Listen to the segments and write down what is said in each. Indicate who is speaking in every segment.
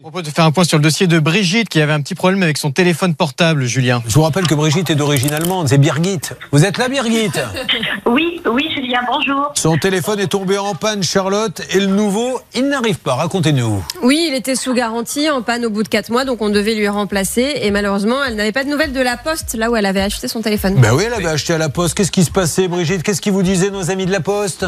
Speaker 1: propose de faire un point sur le dossier de Brigitte qui avait un petit problème avec son téléphone portable, Julien.
Speaker 2: Je vous rappelle que Brigitte est d'origine allemande, c'est Birgit. Vous êtes là, Birgit
Speaker 3: Oui, oui, Julien, bonjour.
Speaker 2: Son téléphone est tombé en panne, Charlotte, et le nouveau, il n'arrive pas. Racontez-nous.
Speaker 4: Oui, il était sous garantie, en panne au bout de 4 mois, donc on devait lui remplacer. Et malheureusement, elle n'avait pas de nouvelles de la poste, là où elle avait acheté son téléphone.
Speaker 2: Ben oui, elle avait acheté à la Poste. Qu'est-ce qui se passait, Brigitte Qu'est-ce qu'ils vous disaient, nos amis de la Poste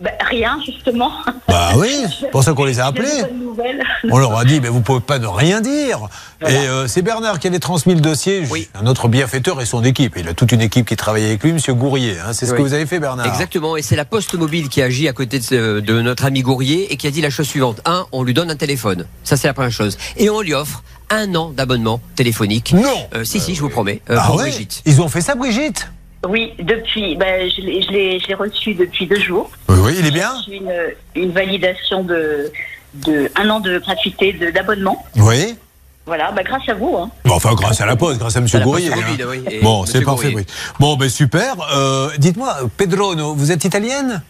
Speaker 3: Bah, rien, justement.
Speaker 2: Bah oui, c'est pour ça qu'on les a
Speaker 3: J'ai de
Speaker 2: appelés.
Speaker 3: bonnes nouvelles.
Speaker 2: On leur a dit, mais vous pouvez pas ne rien dire. Et euh, c'est Bernard qui avait transmis le dossier, un autre bienfaiteur et son équipe. Il a toute une équipe qui travaille avec lui, Monsieur Gourrier. hein. C'est ce
Speaker 5: Oui.
Speaker 2: que vous avez fait, Bernard.
Speaker 5: Exactement, et c'est la poste mobile qui agit à côté de, euh, de notre ami Gourrier et qui a dit la chose suivante. Un, on lui donne un téléphone. Ça, c'est la première chose. Et on lui offre un an d'abonnement téléphonique.
Speaker 2: Non.
Speaker 5: Euh, si, si, je vous promets. euh,
Speaker 2: Ah
Speaker 5: pour
Speaker 2: ouais
Speaker 5: Brigitte.
Speaker 2: Ils ont fait ça, Brigitte
Speaker 3: Oui, depuis, bah, je l'ai- je l'ai je l'ai reçu depuis deux jours.
Speaker 2: Oui, oui, il est bien.
Speaker 3: J'ai une, une validation de, de un an de gratuité de- d'abonnement.
Speaker 2: Oui.
Speaker 3: Voilà, bah, grâce à vous. hein.
Speaker 2: Bon, enfin, grâce à la poste, grâce à M.
Speaker 5: la Poste
Speaker 2: Gourrier.
Speaker 5: mobile,
Speaker 2: hein.
Speaker 5: oui, et
Speaker 2: bon,
Speaker 5: Monsieur
Speaker 2: c'est parfait,
Speaker 5: Gourrier.
Speaker 2: oui. Bon, ben super. Euh, Dites-moi, Pedrono, vous êtes italienne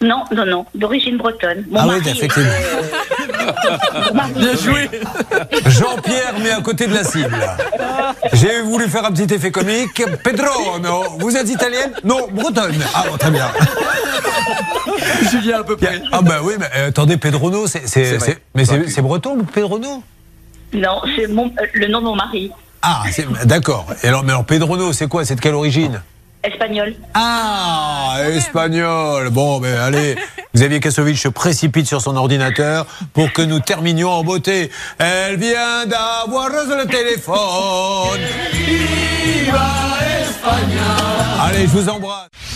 Speaker 3: Non, non, non, d'origine bretonne. Mon
Speaker 2: Ah oui,
Speaker 3: mari, euh,
Speaker 2: effectivement.
Speaker 3: mon mari-
Speaker 2: Jean-Pierre met à côté de la cible. J'ai voulu faire un petit effet comique. Pedrono, vous êtes italienne Non, bretonne. Ah, bon, très bien.
Speaker 5: Julien, à peu près.
Speaker 2: Ah, ben oui, mais euh, attendez, Pedrono, c'est. c'est-
Speaker 5: C'est vrai.
Speaker 2: c'est- Mais c'est c'est breton, Pedrono
Speaker 3: Non, c'est mon- euh, le nom de mon mari,
Speaker 2: Ah, c'est- d'accord. Et alors, mais alors, Pedrono, c'est quoi C'est de quelle origine
Speaker 3: espagnol.
Speaker 2: Ah, espagnol. Bon, ben allez, Xavier Kassovitch se précipite sur son ordinateur pour que nous terminions en beauté. Elle vient d'avoir le téléphone. Viva España. Allez, je vous embrasse.